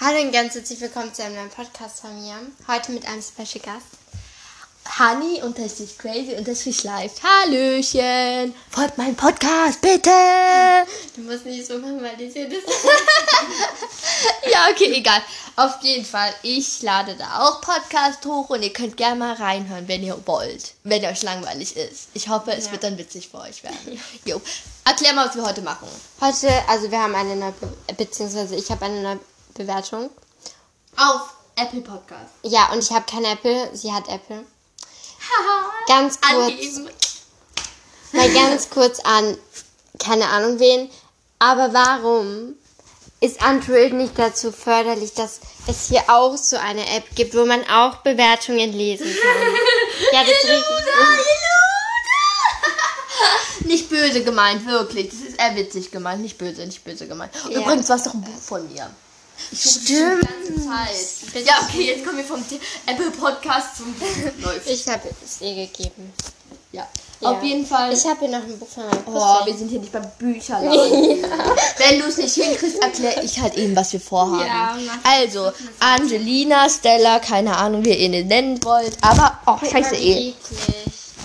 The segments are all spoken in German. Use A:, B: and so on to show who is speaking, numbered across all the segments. A: Hallo und ganz herzlich willkommen zu einem neuen Podcast von mir. Heute mit einem Special Gast.
B: Honey unterstrich crazy unterstrich live. Hallöchen! Folgt meinem Podcast, bitte! ja,
A: Du musst nicht so normalisieren. Das
B: okay, egal. Auf jeden Fall, ich lade da auch Podcast hoch und ihr könnt gerne mal reinhören, wenn ihr wollt. Wenn euch langweilig ist. Ich hoffe, es
A: Ja.
B: wird dann witzig für euch werden. Jo. Erklär mal, was wir heute machen.
A: Heute, also wir haben eine neue, Be beziehungsweise ich habe eine neue Bewertung.
B: Auf Apple Podcast.
A: Ja, und ich habe kein Apple, sie hat Apple.
B: Haha.
A: Ganz kurz,
B: Angeben.
A: mal ganz kurz an, keine Ahnung wen, aber warum ist Android nicht dazu förderlich, dass es hier auch so eine App gibt, wo man auch Bewertungen lesen kann? Ja, das ist richtig.
B: Nicht böse gemeint, wirklich. Das ist eher witzig gemeint, nicht böse, nicht böse gemeint. Und
A: Ja.
B: Übrigens, du hast doch ein Buch von mir. Ich suche das schon Die ganze Zeit. Ja, okay, jetzt kommen wir vom T- Apple Podcast zum Läuft.
A: Ich habe es ihr gegeben.
B: ja.
A: Ja.
B: Auf jeden Fall. Oh.
A: Ich habe hier noch ein Buch von meinem
B: Boah,
A: Cousin.
B: wir sind hier nicht beim Bücherladen. Wenn du es nicht hinkriegst, erkläre ich halt eben, was wir vorhaben.
A: Ja, mach.
B: also, Angelina, Stella, keine Ahnung, wie ihr ihn nennen wollt, aber, oh, scheiße, eh.
A: Eklig.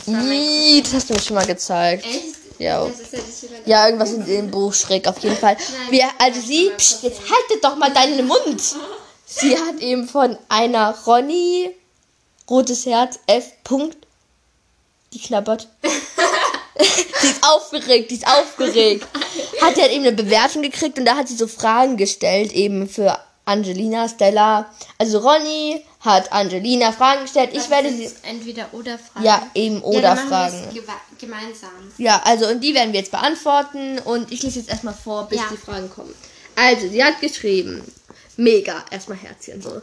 B: Ih, das hast du mir schon mal gezeigt.
A: Echt?
B: Ja.
A: Das ist ja nicht jemand.
B: Ja, irgendwas in dem Buch schräg auf jeden Fall.
A: Nein,
B: Wir,
A: nein,
B: also
A: nein,
B: sie,
A: nein,
B: pst,
A: nein.
B: jetzt haltet doch mal deinen Mund. Sie hat eben von einer Ronny, rotes Herz, F. Punkt, die knabbert. die ist aufgeregt, die ist aufgeregt. Hat sie halt eben eine Bewertung gekriegt und da hat sie so Fragen gestellt eben für Angelina, Stella. Also Ronny hat Angelina Fragen gestellt. Ich werde
A: Das
B: sie...
A: ist entweder oder fragen.
B: Ja, eben
A: Ja,
B: oder
A: dann machen
B: Fragen.
A: wir es gewa- gemeinsam.
B: Ja, also und die werden wir jetzt beantworten und ich lese jetzt erstmal vor, bis
A: Ja.
B: die Fragen kommen. Also, sie hat geschrieben. Mega, erstmal Herzchen so.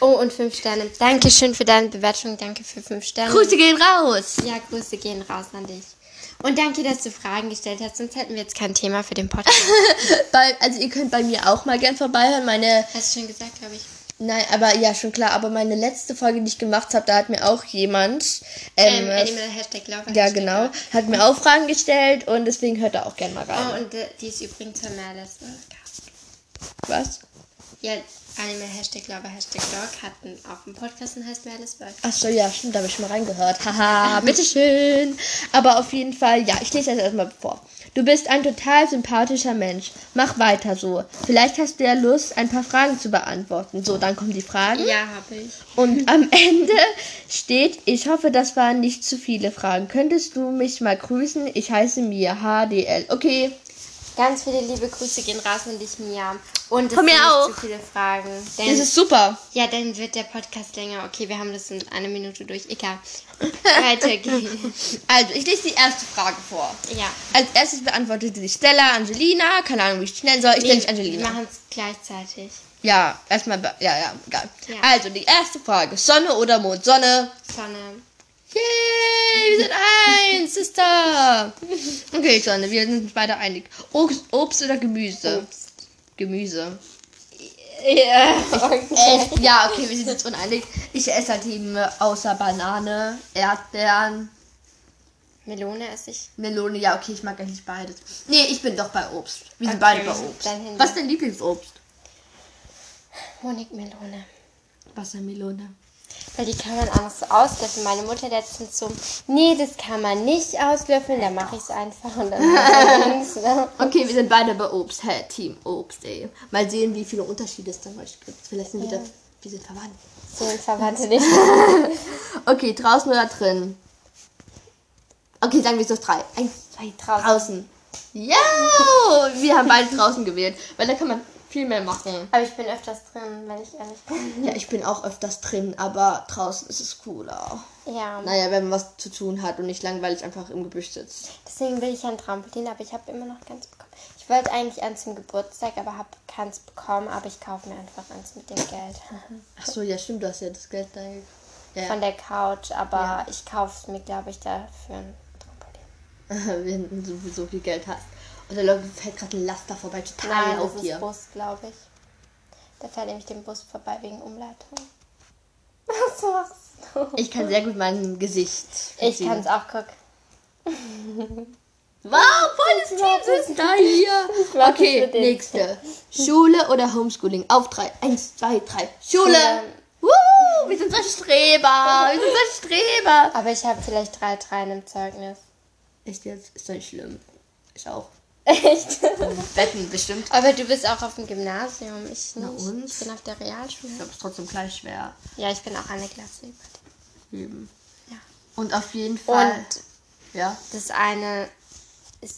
A: Oh, und fünf Sterne. Dankeschön für deine Bewertung. Danke für fünf Sterne.
B: Grüße gehen raus.
A: Ja, Grüße gehen raus an dich. Und danke, dass du Fragen gestellt hast. Sonst hätten wir jetzt kein Thema für den Podcast.
B: Bei, also ihr könnt bei mir auch mal gern vorbeihören. Meine,
A: hast du schon gesagt, glaube ich.
B: nein, aber ja, schon klar, aber meine letzte Folge, die ich gemacht habe, da hat mir auch jemand, ähm,
A: Ähm, Animal Hashtag Love.
B: ja
A: Hashtag
B: genau,
A: Love.
B: hat mir auch Fragen gestellt und deswegen hört da auch gern mal rein.
A: Oh, und äh, die ist übrigens von Merles. ne?
B: Was?
A: Ja, Anime Hashtag Lover Hashtag Dog hatten auf dem Podcast und heißt Merles World.
B: Ach so, ja, stimmt, da habe ich schon mal reingehört. Haha, bitteschön. Aber auf jeden Fall, ja, ich lese das erstmal vor. Du bist ein total sympathischer Mensch. Mach weiter so. Vielleicht hast du ja Lust, ein paar Fragen zu beantworten. So, dann kommen die Fragen.
A: Ja, habe ich.
B: Und am Ende steht, ich hoffe, das waren nicht zu viele Fragen. Könntest du mich mal grüßen? Ich heiße Mia, HDL. Okay.
A: Ganz viele liebe Grüße gehen raus an dich, Mia. Und es
B: Von mir
A: sind
B: auch.
A: nicht zu viele Fragen.
B: Das
A: Denn,
B: ist super.
A: ja, dann wird der Podcast länger. Okay, wir haben das in einer Minute durch. Egal. Weiter geht's.
B: Also, ich lese die erste Frage vor.
A: Ja.
B: Als erstes beantwortete sich Stella, Angelina, keine Ahnung, wie ich dich nennen soll. Ich nenne dich Angelina.
A: Wir machen es gleichzeitig.
B: Ja, erstmal, be- ja, ja, egal.
A: Ja.
B: Also, die erste Frage: Sonne oder Mond? Sonne.
A: Sonne.
B: Yay, wir sind eins, Sister. Okay, Sonne, wir sind uns beide einig. Obst, Obst oder Gemüse?
A: Obst.
B: Gemüse.
A: Ja.
B: Äh, ja, okay, wir sind uns uneinig. Ich esse halt eben äh, außer Banane, Erdbeeren,
A: Melone esse ich.
B: Melone. Ja, okay, ich mag eigentlich beides. Nee, ich bin doch bei Obst. Wir sind beide bei
A: wir sind dann hin.
B: Obst. Was ist dein Lieblingsobst?
A: Honigmelone.
B: Wassermelone.
A: Weil die kann man auch noch so auslöffeln. Meine Mutter letztens so, nee, das kann man nicht auslöffeln, dann mache ich es einfach und dann links, ne?
B: Okay, wir sind beide bei Obst. Hä, Team Obst, ey. Mal sehen, wie viele Unterschiede es dann euch gibt. Vielleicht sind wir da, wir sind verwandt.
A: Sehen Verwandte nicht.
B: Okay, draußen oder drin? Okay, sagen wir es doch drei. Eins, zwei, draußen.
A: Draußen.
B: Ja, wir haben beide draußen gewählt, weil da kann man viel mehr machen.
A: Aber ich bin öfters drin, wenn ich ehrlich bin.
B: Ja, ich bin auch öfters drin, aber draußen ist es cooler.
A: Ja,
B: Naja, wenn man was zu tun hat und nicht langweilig einfach im Gebüsch sitzt.
A: deswegen will ich ein Trampolin, aber ich habe immer noch keins bekommen. Ich wollte eigentlich eins zum Geburtstag, aber habe keins bekommen, aber ich kaufe mir einfach eins mit dem Geld.
B: Ach so, ja, stimmt, du hast ja das Geld da. gekriegt. Ja,
A: Von der Couch, aber ich kaufe es mir, glaube ich, dafür ein Trampolin.
B: wenn du sowieso viel Geld hast. Und der Leute fällt gerade ein Laster vorbei, total
A: Nein,
B: auf
A: das
B: dir.
A: ist Bus, glaube ich. Da fährt nämlich den Bus vorbei wegen Umleitung. Was machst du?
B: Ich kann sehr gut mein Gesicht.
A: Ich
B: sehen.
A: kann es auch gucken.
B: Wow, volles Team ist da hier.
A: mach das
B: Okay,
A: mit dem.
B: nächste. Schule oder Homeschooling? Auf drei. Eins, zwei, drei. Schule.
A: Schule.
B: Woo, wir sind solche Streber. Wir sind solche Streber.
A: Aber ich habe vielleicht drei Dreien im Zeugnis.
B: Echt jetzt? Ist doch nicht schlimm. Ich auch.
A: Echt?
B: Betten bestimmt.
A: Aber du bist auch auf dem Gymnasium. Ich nicht.
B: Na und?
A: Ich bin auf der Realschule.
B: Ich glaube, es ist trotzdem gleich schwer.
A: Ja, ich bin auch eine Klasse über dir.
B: Eben.
A: Ja.
B: Und auf jeden Fall.
A: Und
B: ja.
A: das eine ist.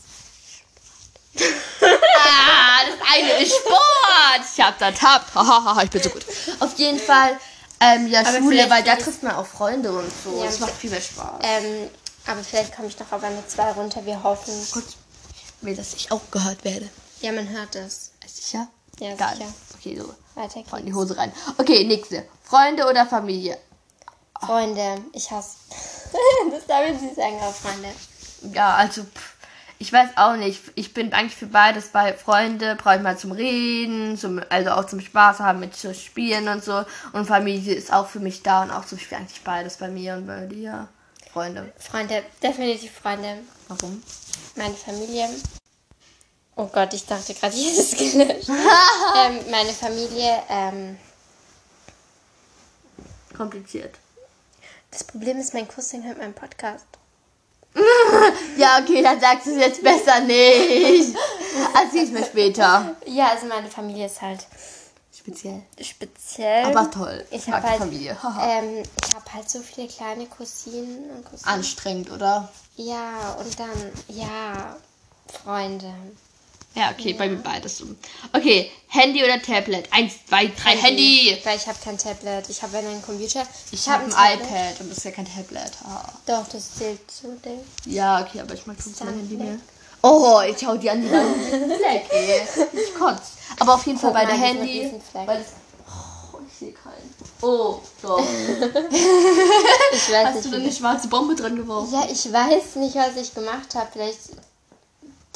B: Ah, das eine ist Sport. Ich hab da tappt. Hahaha, ich bin so gut. Auf jeden Fall, ähm, ja,
A: Aber
B: Schule,
A: vielleicht
B: weil da
A: ist-
B: trifft man auch Freunde und so.
A: Ja,
B: das
A: ich-
B: macht viel mehr Spaß.
A: Ähm, aber vielleicht komme ich noch aber mit zwei runter. Wir hoffen.
B: Gut. Will, dass ich auch gehört werde.
A: Ja, man hört es.
B: Sicher?
A: Ja,
B: Egal.
A: sicher.
B: Okay, so.
A: Weiter
B: Voll in
A: geht's.
B: die Hose rein. Okay, nächste. Freunde oder Familie?
A: Freunde, ich hasse. das darf ich nicht sagen, aber Freunde.
B: Ja, also pff, ich weiß auch nicht. Ich bin eigentlich für beides. Bei Freunde brauche ich mal zum Reden, zum, also auch zum Spaß haben, mit zu spielen und so. Und Familie ist auch für mich da und auch zum Spielen. Eigentlich beides bei mir und bei dir. Freunde.
A: Freunde, definitiv Freunde.
B: Warum?
A: Meine Familie. Oh Gott, ich dachte gerade, ich hätte es gelöscht. ähm, meine Familie, ähm,
B: Kompliziert.
A: das Problem ist, mein Cousin hört meinen Podcast.
B: Ja, okay, dann sagst du es jetzt besser nicht. Erzähl's mir später.
A: Ja, also meine Familie ist halt
B: Speziell.
A: speziell.
B: Aber toll.
A: Ich
B: Mag
A: habe
B: die
A: halt,
B: Familie.
A: ähm, ich hab halt so viele kleine Cousinen und Cousinen.
B: Anstrengend, oder?
A: Ja, und dann, ja, Freunde.
B: Ja, okay, bei mir beides. Okay, Handy oder Tablet? Eins, zwei, drei, Handy.
A: Weil ich habe kein Tablet. Ich habe ja einen Computer.
B: Ich
A: hab
B: habe ein
A: Tablet.
B: iPad und das ist ja kein Tablet. Ah.
A: Doch, das zählt zu dem.
B: Ja, okay, aber ich mag sonst mein
A: Dann
B: Handy
A: weg.
B: mehr. Oh, ich hau die an die Wand. Leck, ey. Oh Ich kotz. Aber auf jeden Fall bei
A: mal,
B: der
A: ich hab
B: Handy.
A: diesen Fleck.
B: Weil das, oh, ich sehe keinen. Oh, doch.
A: Ich weiß
B: Hast du da
A: nicht.
B: eine schwarze Bombe dran geworfen?
A: Ja, ich weiß nicht, was ich gemacht habe. Vielleicht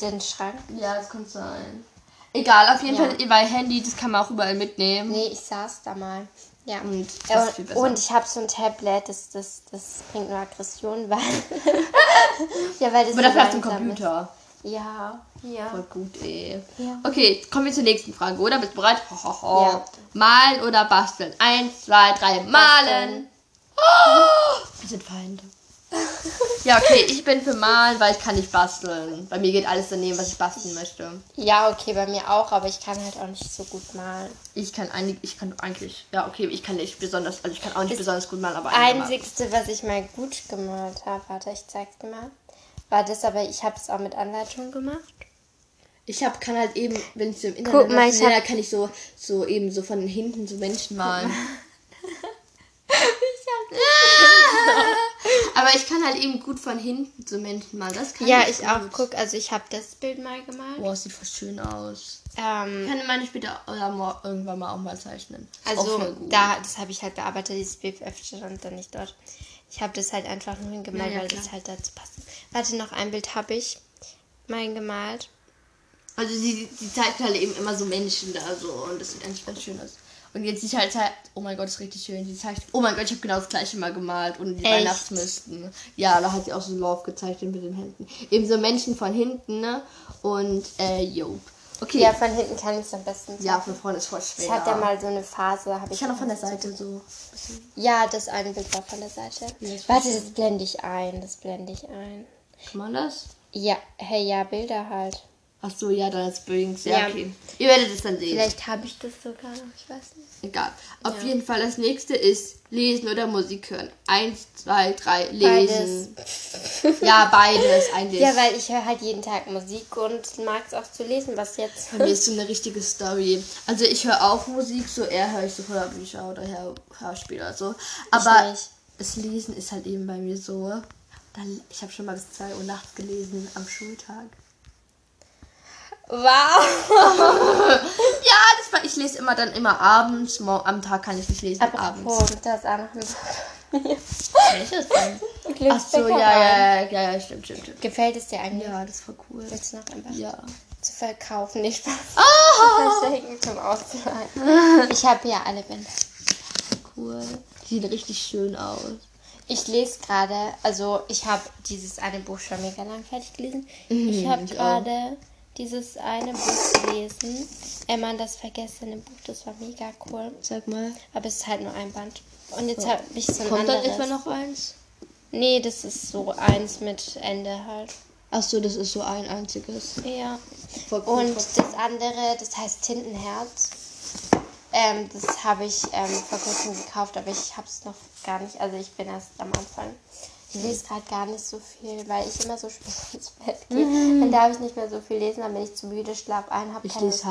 A: den Schrank.
B: Ja, das kann sein. Egal, auf jeden
A: Ja.
B: Fall, weil Handy, das kann man auch überall mitnehmen.
A: Nee, ich saß da mal. Ja.
B: Und Hm, das
A: Ja,
B: ist viel besser.
A: und ich habe so ein Tablet, das, das, das bringt nur Aggression, weil. ja, weil das
B: Aber dafür hast du einen
A: gemeinsam
B: Computer.
A: Ist. Ja, ja.
B: Voll gut, ey.
A: Ja.
B: Okay, kommen wir zur nächsten Frage, oder? Bist du bereit? Ho, ho, ho.
A: Ja.
B: Malen oder basteln? Eins, zwei, drei, malen! Oh, wir sind Feinde. ja, okay, ich bin für malen, weil ich kann nicht basteln. Bei mir geht alles daneben, was ich basteln möchte.
A: Ja, okay, bei mir auch, aber ich kann halt auch nicht so gut malen.
B: Ich kann einig, ich kann eigentlich, ja, okay, ich kann nicht besonders, also ich kann auch nicht besonders gut malen, aber einigermaßen.
A: Einzigste, was ich mal gut gemalt habe, warte, ich zeig's dir mal, war das, aber ich habe es auch mit Anleitung gemacht.
B: Ich hab, kann halt eben, wenn ich so im
A: Guck mal, ich
B: bin,
A: hab-
B: dann kann ich so, so eben so von hinten so Menschen malen. ich Aber ich kann halt eben gut von hinten so Menschen malen. Das kann
A: Ja, ich auch.
B: gut.
A: Guck, also ich habe das Bild mal gemalt.
B: Boah, sieht voll schön aus. Ich
A: Ähm,
B: kann meine später oder mor- irgendwann äh, mal auch mal zeichnen. Ist auch voll
A: also
B: gut.
A: da, das habe ich halt bearbeitet, dieses Bild öfter und dann nicht dort. Ich habe das halt einfach nur hingemalt,
B: Ja, ja,
A: weil
B: klar.
A: das halt dazu passt. Warte, noch ein Bild habe ich mal gemalt.
B: Also sie, sie zeichnen halt eben immer so Menschen da so und das sieht eigentlich ganz schön aus. Und jetzt sieht halt, halt oh mein Gott, ist richtig schön. Sie zeigt, oh mein Gott, ich habe genau das gleiche mal gemalt und die
A: Echt?
B: Weihnachtsmüsten. Ja, da hat sie auch so Lauf gezeichnet mit den Händen. Eben so Menschen von hinten, ne? Und äh, jo. Okay.
A: Ja,
B: Ja,
A: von hinten kann ich es am besten. zeigen.
B: von vorne ist voll schwer.
A: Ich hatte mal so eine Phase, habe ich.
B: ich kann auch von der Seite so.
A: Ja, das eine Bild war von der Seite.
B: Ja, das
A: Warte, das blende ich ein. Das blende ich ein.
B: Kann man das?
A: Ja, hey, ja, Bilder halt.
B: Ach so, ja, dann ist Böings. Ja,
A: Ja.
B: okay. Ihr werdet es dann sehen.
A: Vielleicht habe ich das sogar. Ich weiß nicht.
B: Egal. Auf jeden Fall, das nächste ist lesen oder Musik hören. Eins, zwei, drei,
A: Beides.
B: lesen. Ja, beides eigentlich.
A: Ja, weil ich höre halt jeden Tag Musik und mag es auch zu lesen, was jetzt.
B: Bei mir ist so eine richtige Story. Also ich höre auch Musik, so eher höre ich so Hörbücher oder Hör Hörspiel oder so. Aber
A: nicht.
B: das Lesen ist halt eben bei mir so. da- Ich habe schon mal bis 2 Uhr nachts gelesen am Schultag.
A: Wow!
B: Ja, das war, ich lese immer dann immer abends. Mor am Tag kann ich nicht lesen, abends.
A: Apropos, das auch noch ein
B: Welches denn?
A: Glücksbäckerei.
B: Ach so, ja, ja, ja, ja, ja, stimmt, stimmt, stimmt.
A: Gefällt es dir eigentlich?
B: Ja, das war cool.
A: Willst du noch einfach
B: Ja.
A: zu verkaufen? Nicht Spaß.
B: Ah,
A: Verstecken zum Ausleihen. Ich habe ja alle Bänder.
B: cool. Die sehen richtig schön aus.
A: Ich lese gerade, also ich habe dieses eine Buch schon mega lang fertig gelesen. ich habe
B: Mhm, ich auch.
A: gerade dieses eine Buch gelesen. Emma, und das vergessene Buch, das war mega cool.
B: Sag mal.
A: Aber es ist halt nur ein Band. Und jetzt habe ich so ein
B: Kommt dann
A: anderes.
B: etwa noch eins?
A: Nee, das ist so eins mit Ende halt.
B: Achso, das ist so ein einziges.
A: Ja.
B: Voll cool,
A: Und
B: voll
A: das andere, das heißt Tintenherz. Ähm, das habe ich ähm, vor kurzem gekauft, aber ich habe es noch gar nicht. Also ich bin erst am Anfang. Ich lese gerade gar nicht so viel, weil ich immer so spät ins Bett gehe. Dann darf ich nicht mehr so viel lesen, dann bin ich zu müde, schlaf ein, hab
B: Mhm. Ich
A: keine
B: lese
A: Lust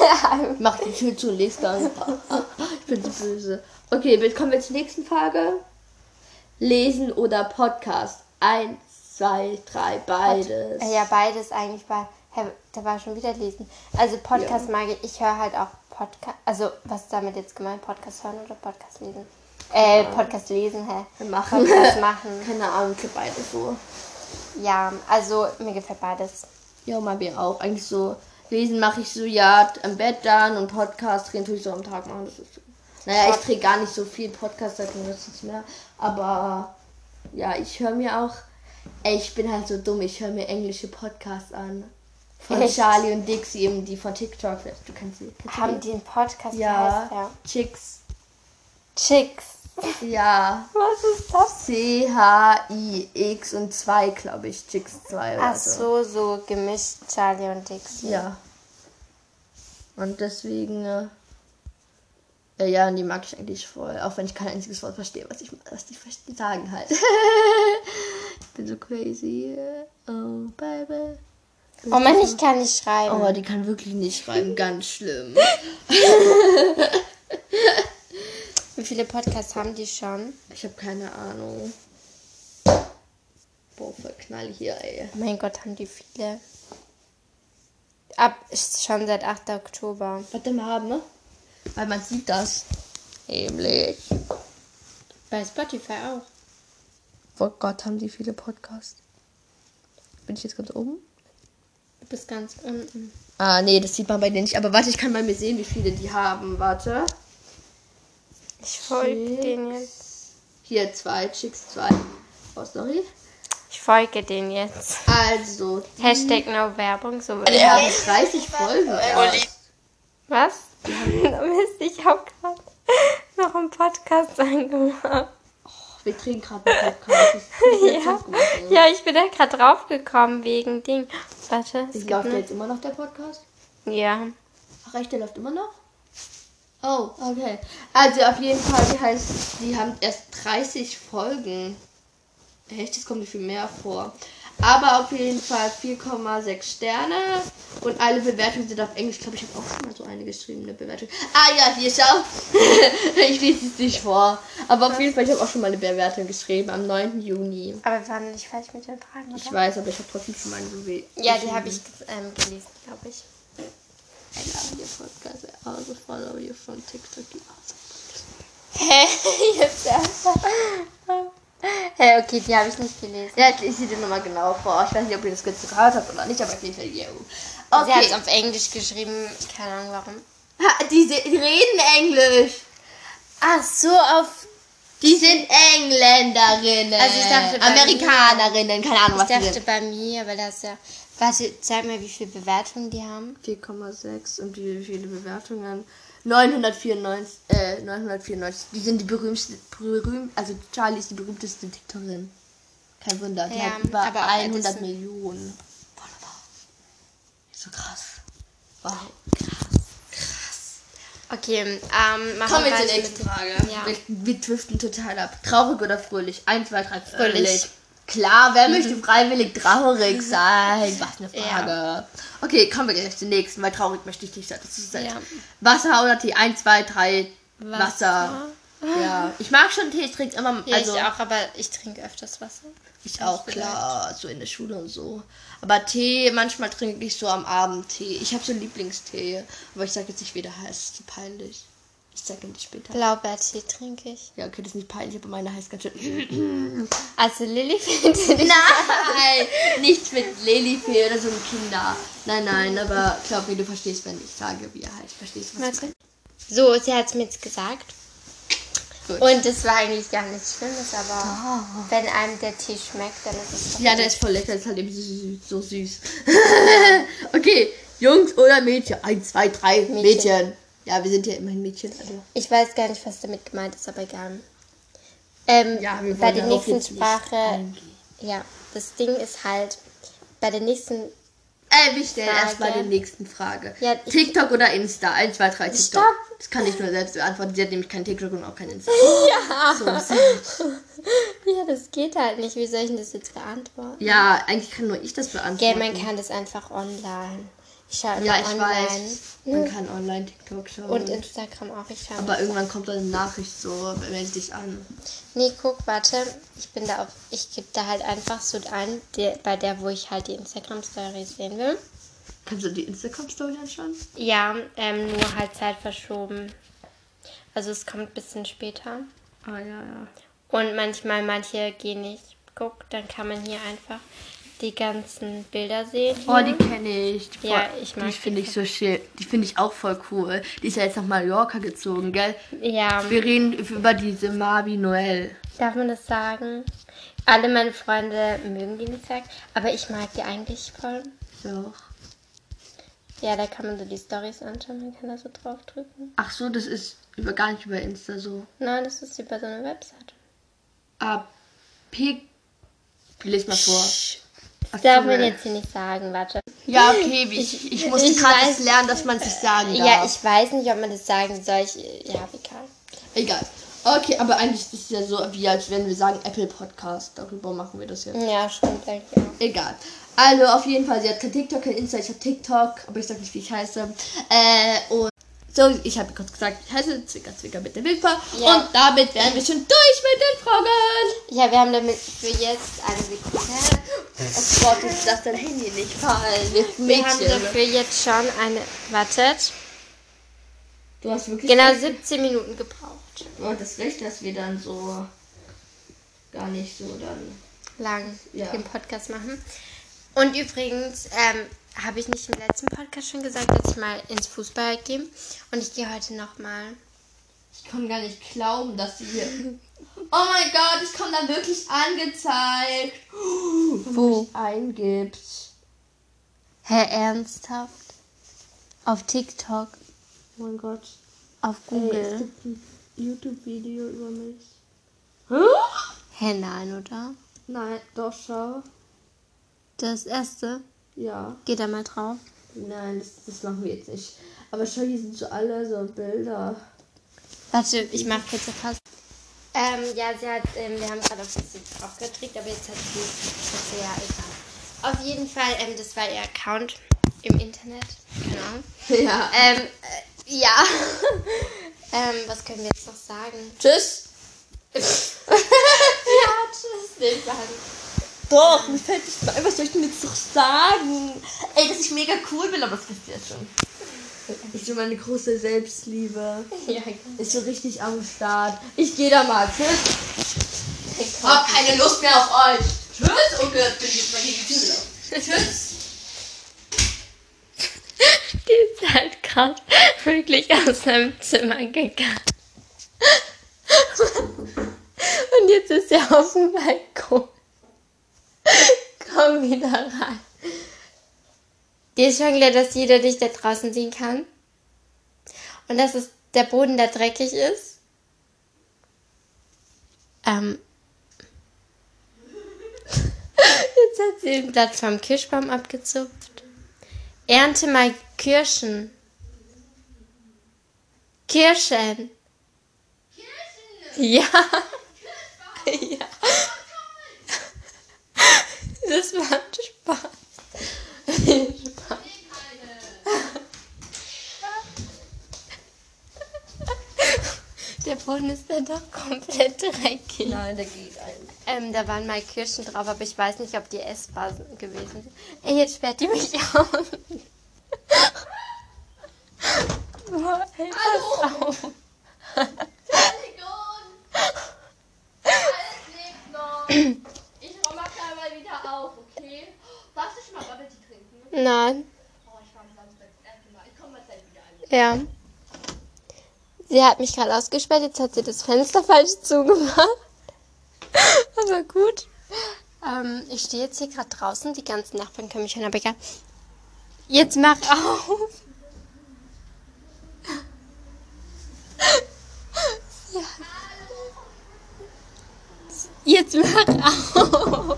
A: mehr.
B: heimlich. Mach die Tür zu und lese dann. ich bin so böse. Okay, wir kommen wir zur nächsten Frage. Lesen oder Podcast? Eins, zwei, drei, beides.
A: Ja, beides eigentlich bei. Hä, da war schon wieder lesen. Also Podcast mag ich. Ich höre halt auch Podcast. Also was ist damit jetzt gemeint? Podcast hören oder Podcast lesen? Äh, Podcast lesen, hä?
B: Machen.
A: Podcast machen.
B: Keine Ahnung, für beides so.
A: Ja, also mir gefällt beides.
B: Ja, mal wir auch. Eigentlich so. Lesen mache ich so, ja, am Bett dann und Podcast drehen tue ich so am Tag machen. Das ist so. Naja, ich drehe gar nicht so viel Podcast halt seit letztens mehr. Aber ja, ich höre mir auch. Ey, ich bin halt so dumm, ich höre mir englische Podcasts an. Von
A: Echt?
B: Charlie und Dixie, eben die von TikTok. Vielleicht, Du kennst sie. Kennst du
A: Haben die einen Podcast?
B: die?
A: der
B: Ja,
A: heißt ja.
B: Chicks.
A: Chicks.
B: Ja.
A: Was ist das?
B: C-H-I-X und 2, glaube ich. Chicks 2 oder
A: Ach so, so gemischt Charlie und Dixie.
B: Ja. Und deswegen, äh, ja, ja, und die mag ich eigentlich voll. Auch wenn ich kein einziges Wort verstehe, was, ich, was die Fechten sagen halt. ich bin so crazy. Oh, baby.
A: Oh Mann, ich kann nicht schreiben.
B: Oh, die kann wirklich nicht schreiben. Ganz schlimm.
A: Wie viele Podcasts haben die schon?
B: Ich habe keine Ahnung. Boah, voll Knall hier, ey.
A: Oh mein Gott, haben die viele. Ab schon seit 8. Oktober.
B: Warte mal haben, ne? Weil man sieht das. Nämlich.
A: Bei Spotify auch.
B: Oh Gott, haben die viele Podcasts. Bin ich jetzt ganz oben?
A: Du bist ganz unten.
B: Ah, nee, das sieht man bei denen nicht. Aber warte, ich kann bei mir sehen, wie viele die haben. Warte.
A: Ich folge
B: Chicks.
A: den jetzt.
B: Hier zwei, Chicks zwei. Oh, sorry.
A: Ich folge den jetzt.
B: Also,
A: Hashtag no Werbung, so würde
B: die
A: ich
B: haben 30 Folgen. erst.
A: Was? Mist, ich hab gerade noch einen Podcast angemacht.
B: Wir kriegen gerade einen Podcast. Das ist nicht
A: Ja.
B: so gut, also. ey.
A: Ja, ich bin da gerade draufgekommen wegen Ding. Warte, es
B: Wie
A: gibt
B: läuft
A: ne?
B: jetzt immer noch der Podcast?
A: Ja.
B: Ach, echt, der läuft immer noch? Oh, okay. Also, auf jeden Fall, die, heißt, die haben erst 30 Folgen. Echt, es kommt mir viel mehr vor. Aber auf jeden Fall 4,6 Sterne. Und alle Bewertungen sind auf Englisch. Ich glaube, ich habe auch schon mal so eine geschriebene Bewertung. Ah ja, hier, schau. ich lese es nicht vor. Aber auf jeden Fall, ich habe auch schon mal eine Bewertung geschrieben am 9. Juni.
A: Aber wir waren nicht fertig mit den Fragen,
B: Ich
A: oder?
B: weiß, aber ich habe trotzdem schon mal eine Bewertung.
A: Ja, die habe ich ähm, gelesen, glaube ich.
B: I love your podcast. I also follow you from TikTok. You also
A: Hä? Jetzt ernsthaft? Hä, okay, die habe ich nicht gelesen.
B: Ja, ich lese dir nochmal genau vor. Ich weiß nicht, ob ihr das kurz gehört habt oder nicht, aber auf jeden Fall, yo.
A: Sie Also, hat es
B: Okay,
A: auf Englisch geschrieben, keine Ahnung warum.
B: ha, die, se- die reden Englisch.
A: Ach so, auf...
B: Die sind Engländerinnen.
A: Also ich dachte bei
B: Amerikanerinnen, keine Ahnung,
A: Ich
B: was
A: dachte bei mir, aber das ist ja... Warte, zeig mal, wie viele Bewertungen die haben.
B: die sind. 4,6 und wie viele Bewertungen? 994, äh, 994. Die sind die berühmteste, berühmt, also Charlie ist die berühmteste TikTokerin. Kein Wunder, die
A: Ja,
B: hat über
A: aber auch
B: 100
A: Edison.
B: Millionen. Follower. So krass. Wow.
A: Okay, ähm, machen
B: Kommen wir zur
A: weiter mit
B: nächsten
A: den-
B: Frage.
A: Ja.
B: Wir, wir driften total ab. Traurig oder fröhlich? Eins, zwei,
A: Äh,
B: drei, fröhlich.
A: Fröhlich.
B: Klar, wer möchte freiwillig traurig sein? Was eine
A: Mhm. Ja.
B: Frage. Okay, kommen wir gleich zur nächsten, weil traurig möchte ich nicht sein. Das ist seltsam.
A: Ja.
B: Wasser oder Tee? Eins, zwei, drei, Wasser.
A: Wasser.
B: Ja, ich mag schon Tee, ich trinke immer.
A: Ja,
B: also,
A: ich auch, aber ich trinke öfters Wasser.
B: ich auch, klar, so in der Schule und so. Aber Tee, manchmal trinke ich so am Abend Tee. Ich habe so einen Lieblingstee, aber ich sage jetzt nicht, wie der heißt. Zu peinlich. Ich sage ihn später.
A: Blaubeertee trinke ich.
B: Ja, okay, das ist nicht peinlich, aber meine heißt ganz schön.
A: Also Lilly findet den
B: nein, nicht mit Lelifee oder so einem Kinder. Nein, nein, aber glaub mir, du verstehst, wenn ich sage, wie er heißt. Verstehst du, was ich meine?
A: So, sie hat es mir jetzt gesagt.
B: gut.
A: Und das war eigentlich gar nichts Schlimmes, aber wenn einem der Tee schmeckt, dann ist es doch
B: Ja, der ist voll lecker, ist halt eben so süß. So süß. okay, Jungs oder Mädchen? Eins, zwei, drei, Mädchen. Ja, wir sind ja immerhin Mädchen. Also.
A: Ich weiß gar nicht, was damit gemeint ist, aber egal. Ähm,
B: Ja, wir
A: bei
B: wollen
A: der
B: darauf
A: nächsten
B: jetzt nicht
A: Sprache.
B: eingehen.
A: Ja, das Ding ist halt, bei der nächsten.
B: Äh, wir stellen
A: Frage.
B: erstmal die nächsten Frage.
A: Ja, ich-
B: TikTok oder Insta? Eins, zwei, drei, TikTok.
A: Stopp.
B: Das kann ich nur selbst beantworten. Sie hat nämlich kein TikTok und auch kein Insta.
A: Ja, das geht halt nicht. Wie soll ich denn das jetzt beantworten?
B: Ja, eigentlich kann nur ich das
A: Gell,
B: beantworten.
A: man kann das einfach online. Ich schaue immer
B: ja, ich
A: online.
B: weiß. Man kann online TikTok schauen.
A: Und Instagram auch. Ich schaue
B: aber irgendwann kommt dann eine Nachricht so, melde dich an.
A: Nee, guck, warte. Ich bin da auf. Ich gebe da halt einfach so ein, der, bei der, wo ich halt die Instagram-Story sehen will.
B: Kannst du die Instagram-Story anschauen?
A: Ja, ähm, nur halt Zeit verschoben. Also es kommt ein bisschen später.
B: Ah, ja, ja.
A: Und manchmal, manche gehen nicht. Guck, dann kann man hier einfach die ganzen Bilder sehen.
B: Oh, die
A: hier.
B: kenne ich. Die
A: Ja,
B: voll-
A: ich mag
B: Die
A: die
B: finde ich so schön. Die finde ich auch voll cool. Die ist ja jetzt nach Mallorca gezogen, gell?
A: Ja,
B: Wir reden über diese Mabi Noel.
A: darf man das sagen? Alle meine Freunde mögen die nicht sagen, aber ich mag die eigentlich voll.
B: So.
A: Ja, da kann man so die Stories anschauen, man kann da so drauf drücken.
B: Ach so, das ist über, gar nicht über Insta so.
A: Nein, das ist über so eine Website.
B: Ah, Pik. Lies mal vor. Ach
A: Das darf
B: so,
A: man
B: ne.
A: jetzt hier nicht sagen, warte.
B: Ja, okay, ich, ich musste
A: Ich
B: gerade
A: weiß-
B: das lernen, dass man sich sagen darf.
A: Ja, ich weiß nicht, ob man das sagen soll. Ich, ja, egal.
B: Egal. Okay, aber eigentlich ist es ja so, wie als wenn wir sagen Apple Podcast. Darüber machen wir das jetzt.
A: Ja, stimmt eigentlich auch.
B: Egal. Also auf jeden Fall, sie hat kein TikTok, kein Insta, ich habe TikTok, aber ich sag nicht, wie ich heiße. Äh, und so, ich habe kurz gesagt, ich heiße Zwicker Zwicker mit der Wimper.
A: Ja.
B: Und damit wären wir schon durch mit den Fragen.
A: Ja, wir haben damit für jetzt also eine Sekunde.
B: Oh Gott, jetzt darf dein Handy nicht fallen. Wir
A: Wir haben
B: Mädchen.
A: dafür jetzt schon eine. Wartet.
B: Du hast wirklich
A: Genau 17 Minuten gebraucht.
B: du hattest recht, dass wir dann so gar nicht so dann.
A: Lang
B: Ja.
A: den Podcast machen. Und übrigens, ähm, habe ich nicht im letzten Podcast schon gesagt, dass ich mal ins Fußball gehe. Und ich gehe heute nochmal.
B: Ich kann gar nicht glauben, dass sie hier. Oh mein Gott, ich komme da wirklich angezeigt. Wo? Eingibst.
A: Herr Ernsthaft? Auf TikTok?
B: Oh mein Gott.
A: Auf
B: Ey, es gibt ein YouTube-Video über mich.
A: Hä, nein, oder?
B: Nein, doch, schau.
A: Das erste?
B: Ja.
A: Geht da mal drauf.
B: Nein, das, das machen wir jetzt nicht. Aber schau, hier sind so alle so Bilder.
A: Warte, ich mach kurze Pause. Ähm, ja, sie hat, ähm, wir haben gerade auf das jetzt auch gekriegt, aber jetzt hat sie, hat sie ja egal. Auf jeden Fall, ähm, das war ihr Account im Internet. Genau.
B: Ja.
A: Ähm, äh, ja. ähm, was können wir jetzt noch sagen?
B: Tschüss.
A: ja, tschüss, nicht
B: Doch, mir fällt nicht mal ein, was soll ich denn jetzt noch sagen? Ey, dass ich mega cool bin, aber das wisst ihr jetzt schon. Ich bin meine große Selbstliebe.
A: Ja,
B: Ist so richtig am Start. Ich gehe da mal. Tschüss.
A: genau.
B: keine Lust mehr auf euch. Tschüss. Oh Gott, bin ich jetzt mal gegen die Tür gelaufen. Tschüss.
A: Die ist halt gerade wirklich aus seinem Zimmer gegangen. Und jetzt ist er auf dem Balkon. Komm wieder rein. Dir ist schon klar, dass jeder dich da draußen sehen kann. Und dass es der Boden da dreckig ist. Ähm. Jetzt hat sie den Blatt vom Kirschbaum abgezupft. Ernte mal Kirschen. Kirschen. Ja. ja. Das macht Spaß. Spaß. Der Boden ist dann doch komplett dreckig.
B: Nein, der geht eigentlich.
A: Ähm, da waren mal Kirschen drauf, aber ich weiß nicht, ob die essbar sind- gewesen sind. Ey, jetzt sperrt die mich auf. Boah, ey, pass auf.
C: Entschuldigung. Alles lebt noch. Ich räume mal wieder auf, okay? Darf ich mal Bubble Tea trinken?
A: Nein,
C: Oh, ich war am Samstag das erste Mal. Ich komme mal gleich wieder an.
A: ja. Sie hat mich gerade ausgesperrt, jetzt hat sie das Fenster falsch zugemacht. aber gut. Ähm, ich stehe jetzt hier gerade draußen, die ganzen Nachbarn können mich hören, aber egal. Jetzt mach auf. ja. Jetzt mach auf.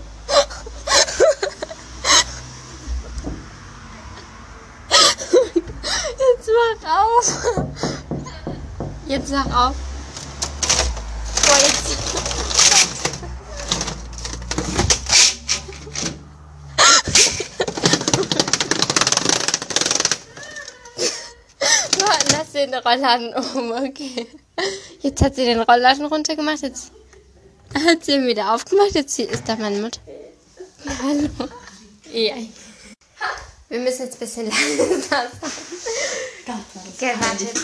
A: Jetzt mach auf. Jetzt mach auf. Boah, jetzt. Boah, lass den Rollladen um, okay. Jetzt hat sie den Rollladen runtergemacht, jetzt hat sie ihn wieder aufgemacht, jetzt hier ist da meine Mutter. Hallo. Ja. Wir müssen jetzt ein bisschen langsamer sein. Gell,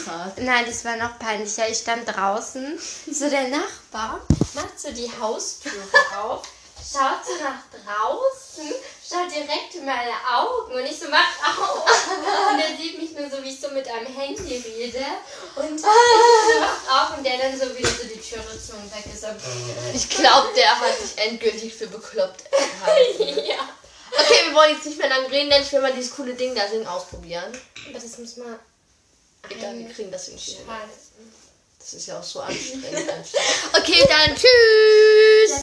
A: warte. Nein, das war noch peinlicher. Ich stand draußen. So, der Nachbar macht so die Haustür auf, schaut so nach draußen, schaut direkt in meine Augen und ich so, mach auf. Und er sieht mich nur so, wie ich so mit einem Handy rede. Und ich so, mach auf und der dann so wieder so die Türe zu und weg ist.
B: Ich glaube, der hat sich endgültig für bekloppt. gehalten.
A: Ja.
B: Okay, wir wollen jetzt nicht mehr lange reden, denn ich will mal dieses coole Ding da singen ausprobieren.
A: Aber das muss man halt.
B: Egal, wir kriegen das irgendwie hin.
A: schmeißen.
B: Das ist ja auch so anstrengend. okay, dann tschüss.